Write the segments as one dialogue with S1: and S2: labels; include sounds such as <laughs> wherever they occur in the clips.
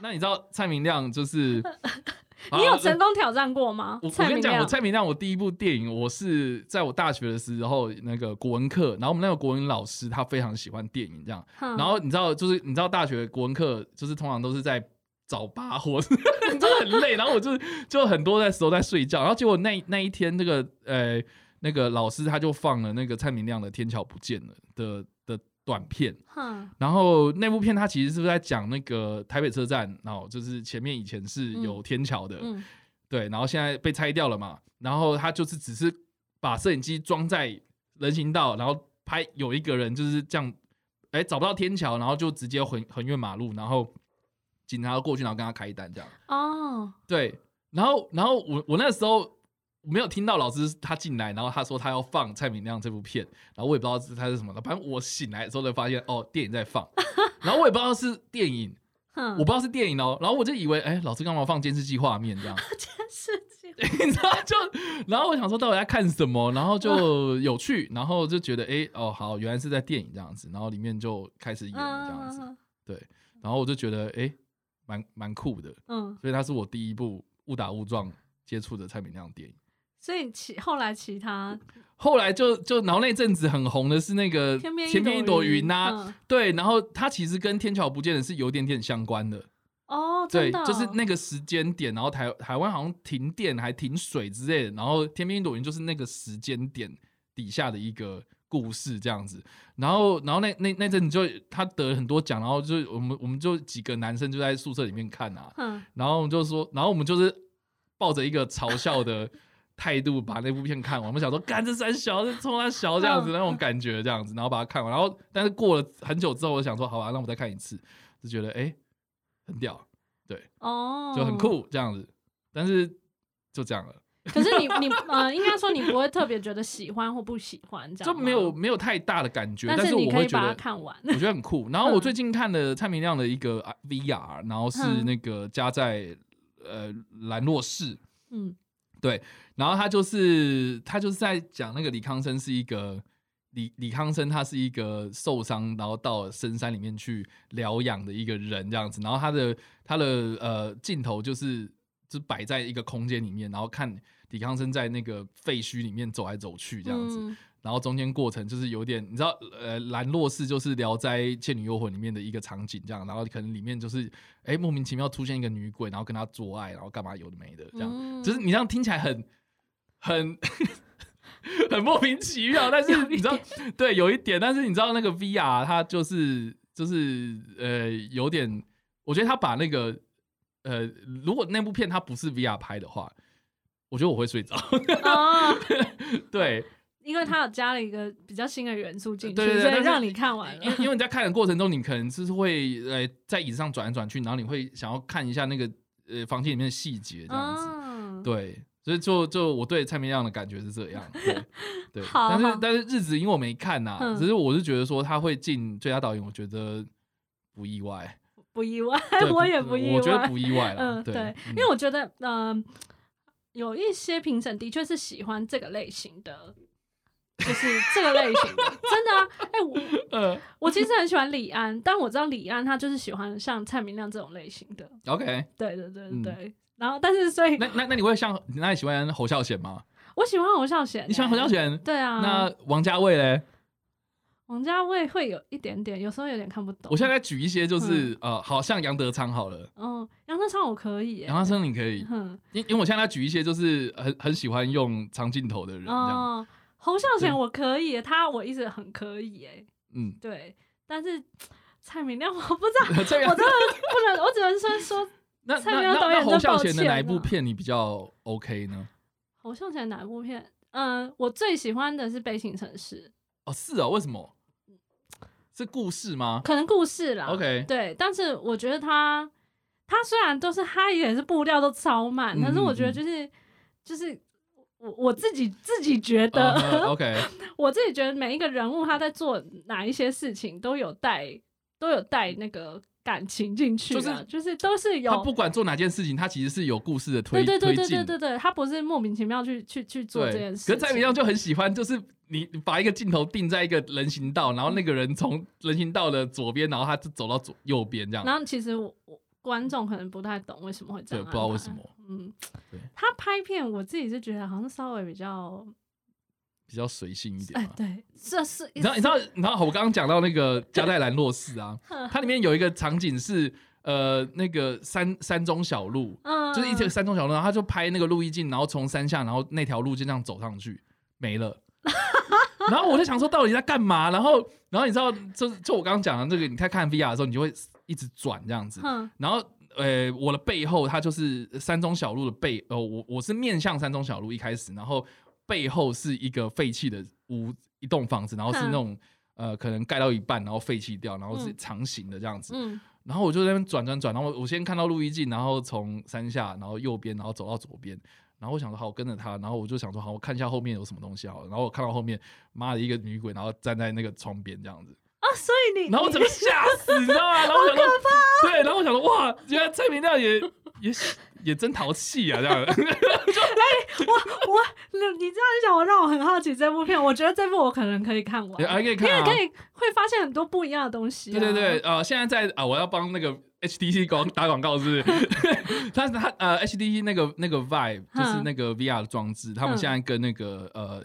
S1: 那你知道蔡明亮就是？
S2: <laughs> 你有
S1: 好
S2: 成功挑战过吗
S1: 啊我？我
S2: 蔡
S1: 跟
S2: 明
S1: 你讲，我
S2: 亮，
S1: 蔡明亮，我第一部电影，我是在我大学的时候那个国文课，然后我们那个国文老师他非常喜欢电影这样，
S2: 然
S1: 然后你知道就是你知道大学国文课就是通常都是在早八或
S2: <laughs>
S1: 是你真的很累，然后我就就很多的时候在睡觉，然后结果那那一天那个呃那个老师他就放了那个蔡明亮的《天桥不见了》的的短片，
S2: 哼，
S1: 然后那部片它其实是在讲那个台北车站，然后就是前面以前是有天桥的，
S2: 嗯
S1: 对，然后现在被拆掉了嘛，然后他就是只是把摄影机装在人行道，然后拍有一个人就是这样，哎，找不到天桥，然后就直接横横越马路，然后警察过去，然后跟他开单这样，
S2: 哦，
S1: 对，然后然后我我那时候。没有听到老师他进来，然后他说他要放蔡明亮这部片，然后我也不知道是他是什么的，反正我醒来的时候才发现哦，电影在
S2: <laughs>
S1: 放，然后我也不知道是电影，
S2: 哼，
S1: 我不知道是电影哦，然后我就以为哎，老师干嘛放监视器画面这样，
S2: <laughs>
S1: <laughs>
S2: 这事情，
S1: 你知道就，然后我想说到底在看什么，然后就有趣，然后就觉得哎、诶哦好，原来是在电影这样子，然后里面就开始演了这样子，
S2: 嗯
S1: 然后我就觉得哎蛮蛮酷的，
S2: 嗯，
S1: 所以它是我第一部误打误撞接触的蔡明亮的电影。
S2: 所以其后来其他
S1: 后来就就然后那阵子很红的是那个
S2: 偏偏
S1: 前面呃一朵云啊呐、
S2: 嗯
S1: 对，然后它其实跟天桥不见得是有点点相关的，
S2: 哦，
S1: 对
S2: 真的，
S1: 就是那个时间点，然后台台湾好像停电还停水之类的，然后《天边一朵云》就是那个时间点底下的一个故事这样子。然后，然后那那那阵子就他得了很多奖，然后就我们我们就几个男生就在宿舍里面看啊，
S2: 嗯，
S1: 然后我们就说，然后我们就是抱着一个嘲笑的态度把那部片看完，我们想说，干这三小这冲他小这样子
S2: 嗯
S1: 那种感觉这样子，然后把它看完，然后但是过了很久之后，我想说，好吧，那我再看一次，就觉得哎、诶很屌。
S2: 哦，
S1: 就很。酷这样子，但是就这样了，
S2: 可是你你呃，应该说你不会特别觉得喜欢或不喜欢这样
S1: 就
S2: 吗，
S1: 没有没有太大的感觉，
S2: 但
S1: 但
S2: 是你
S1: 我
S2: 可
S1: 会
S2: 以
S1: 觉
S2: 把它
S1: 得
S2: 看完。
S1: 我觉得很酷。然后
S2: 嗯
S1: 我最近看了蔡明亮的一个啊 VR，然后是
S2: 嗯
S1: 那个加在呃兰若市，
S2: 嗯
S1: 然后他就是他就是在讲那个李康生是一个。李李康生他是一个受伤，然后到深山里面去疗养的一个人这样子，然后他的他的呃镜头就是就摆在一个空间里面，然后看李康生在那个废墟里面走来走去这样子，
S2: 嗯
S1: 然后中间过程就是有点，你知道，呃，兰若寺就是《聊斋倩女幽魂》里面的一个场景，这样，然后可能里面就是，哎，莫名其妙出现一个女鬼，然后跟她做爱，然后干嘛有的没的，这样，
S2: 嗯
S1: 就是你这样听起来很很 <laughs> 很莫名其妙，但是
S2: 有一
S1: 你知道
S2: 点，
S1: 对，有一点，但是你知道那个 VR 它就是就是呃有点，我觉得他把那个呃，如果那部片它不是 VR 拍的话，我觉得我会睡着， <laughs>
S2: 哦，
S1: 对。
S2: 因为它有加了一个比较新的元素进
S1: <laughs>
S2: 去，
S1: 对对对
S2: 所
S1: 但
S2: 以
S1: 是
S2: 让你看完
S1: <laughs> 因
S2: 了
S1: 为。因为你在看的过程中，你可能就是会呃在椅子上转来转去，然后你会想要看一下那个呃房间里面的细节这样子。
S2: 嗯，
S1: 对，所以就就我对蔡明亮的感觉是这样。
S2: <laughs>
S1: 对，对
S2: 好
S1: 但是
S2: 好
S1: 但是日子因为我没看呐、
S2: 嗯
S1: 只是我是觉得说他会进最佳导演，我觉得不意
S2: <laughs>
S1: 外。
S2: 不意外
S1: 对，
S2: 我也不意外，
S1: 我觉得不意
S2: <laughs>
S1: 外了。
S2: 嗯，
S1: 对，
S2: 对，因
S1: 嗯
S2: 为我觉得，嗯、有一些评审的确是喜欢这个类型的，就是这个类型的，真的啊。哎、我
S1: 呃
S2: 我其实很喜欢李安，但我知道李安他就是喜欢像蔡明亮这种类型的，
S1: ，OK，
S2: 对对对
S1: 嗯
S2: 对对。然后，但是所以
S1: 那那那你会像你那你喜欢侯孝贤吗？
S2: 我喜欢侯孝贤欸、
S1: 你喜欢侯孝贤？
S2: 对啊，
S1: 那王家卫嘞？
S2: 王家卫会有一点点，有时候有点看不懂。
S1: 我现在举一些就是、呃，好像杨德昌好了。
S2: 嗯，杨德昌我可以、欸
S1: 杨，德昌你可以，
S2: 嗯，
S1: 因因为我现在举一些就是很很喜欢用长镜头的人这样，
S2: 哦，侯孝
S1: 对
S2: 贤我可以欸、他我一直很可以、欸，
S1: 嗯， <laughs>
S2: 对，但是蔡明亮我不知道，
S1: 这
S2: 我
S1: 个
S2: 真的不能，我只能说说
S1: 那
S2: 蔡
S1: 那
S2: 明亮
S1: 那
S2: 导
S1: 那
S2: 演
S1: 侯
S2: 真
S1: 孝
S2: 抱
S1: 贤的
S2: 歉
S1: 哪一部
S2: 啊
S1: 片你比较 OK 呢？
S2: 侯孝贤哪部片？嗯，我最喜欢的是《悲情城市
S1: 哦，是哦，为什么？是故事吗》，？
S2: 可能故事啦。
S1: OK
S2: 对，但是我觉得他他虽然都是他也是步调都超慢，
S1: 嗯
S2: 但是我觉
S1: 嗯
S2: 得就是就是我我自己自己觉得、
S1: 呃 OK，
S2: <laughs> 我自己觉得每一个人物他在做哪一些事情都有带都有带那个感情进去、啊，
S1: 就是
S2: 就是都是有
S1: 他不管做哪件事情，他其实是有故事的推
S2: 对对对
S1: 推
S2: 对对
S1: 进的，
S2: 对对，他不是莫名其妙去去去做这
S1: 对。
S2: 件
S1: 可
S2: 事
S1: 是
S2: 情。
S1: 蔡明亮就很喜欢，就是你你把一个镜头定在一个人行道，然后那个人从人行道的左边，然后他就走到左右边这样。
S2: 然后其实我我观众可能不太懂为什么会
S1: 对，
S2: 这样，
S1: 不知道为什。么
S2: 嗯
S1: 对，
S2: 他拍片，我自己是觉得好像稍微比较，
S1: 比较随性一点
S2: 哎
S1: 嘛，。
S2: 对，这是
S1: 你知道，你知道，你知道，我刚刚讲到那个加代兰洛斯
S2: <laughs>
S1: 啊，它里面有一个场景是，呃，那个山山中小路，
S2: 嗯，
S1: 就是一条山中小路，然后他就拍那个路易镜，然后从山下，然后那条路就这样走上去，没了。 <laughs> 然后我就想说，到底在干嘛？然后，然后你知道，就就我刚刚讲的那个，你在看 VR 的时候，你就会一直转这样子。
S2: 嗯
S1: 然后，呃，我的背后它就是山中小路的背，呃，我我是面向山中小路一开始，然后背后是一个废弃的屋，一栋房子，然后是那种、呃，可能盖到一半，然后废弃掉，然后是
S2: 嗯
S1: 长形的这样子。
S2: 嗯
S1: 然后我就在那边转转转，然后我我先看到路易镜，然后从山下，然后右边，然后走到左边，然后我想说好，我跟着他，然后我就想说好，我看一下后面有什么东西好了，然后我看到后面，妈的一个女鬼，然后站在那个窗边这样子，
S2: 啊，所以你
S1: 然后我整
S2: 你
S1: 个吓死，你知道吗？然后我想说，
S2: 哦
S1: 对，然后我想说哇，原来蔡明亮也也也真淘气啊，这样，
S2: <laughs>
S1: <laughs>
S2: 我我那你这样一讲，我让我很好奇这部片。我觉得这部我可能可以看完，
S1: 还可以
S2: 因
S1: 看、
S2: 为
S1: 啊，
S2: 可以会发现很多不一样的东西、啊。
S1: 对对对，，呃，现在在啊、我要帮那个 HTC 广打广告是不
S2: <laughs>
S1: 是？他他呃，HTC 那个那个 Vive 就是
S2: 嗯
S1: 那个 VR 的装置，他们
S2: 嗯
S1: 现在跟那个呃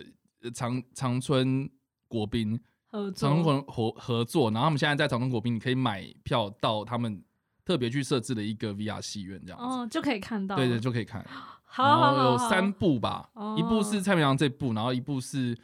S1: 长长春国宾
S2: 合作
S1: 长春国合合作，然后他们现在在长春国宾，你可以买票到他们特别去设置的一个 VR 戏院这样子，
S2: 哦就可以看到，
S1: 对对，就可以看。
S2: 好好
S1: 然后
S2: 好
S1: 有
S2: 好
S1: 三部吧，
S2: 哦
S1: 一部是蔡明亮这部，然后一部是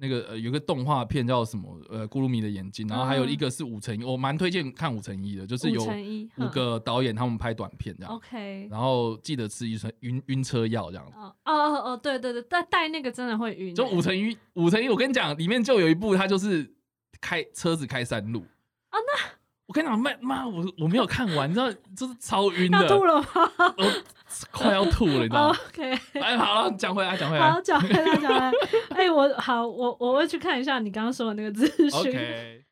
S1: 那个呃有一个动画片叫什么呃《咕噜米的眼睛》，然后还有一个是五乘一，我蛮推荐看五乘一的，就是有
S2: 嗯五乘一
S1: 五个导演他们拍短片这
S2: 哼
S1: 样，
S2: OK。
S1: 然后记得吃晕车晕晕车药这样。
S2: 哦哦哦哦，对对对，但带那个真的会晕欸，
S1: 就五乘一五乘一，我跟你讲，里面就有一部它就是开车子开山路
S2: 啊
S1: 那我跟你讲，妈妈，我我没有看完，你知道，就是超晕
S2: 要
S1: 的，
S2: 吐了吗
S1: 我快要吐了，你知道
S2: 哦
S1: 吗？
S2: <laughs> ？OK，
S1: 哎，好了，讲回来，讲回来
S2: 好，讲回来讲回来，哎，我好，我我会去看一下你刚刚说的那个资讯。
S1: ，OK。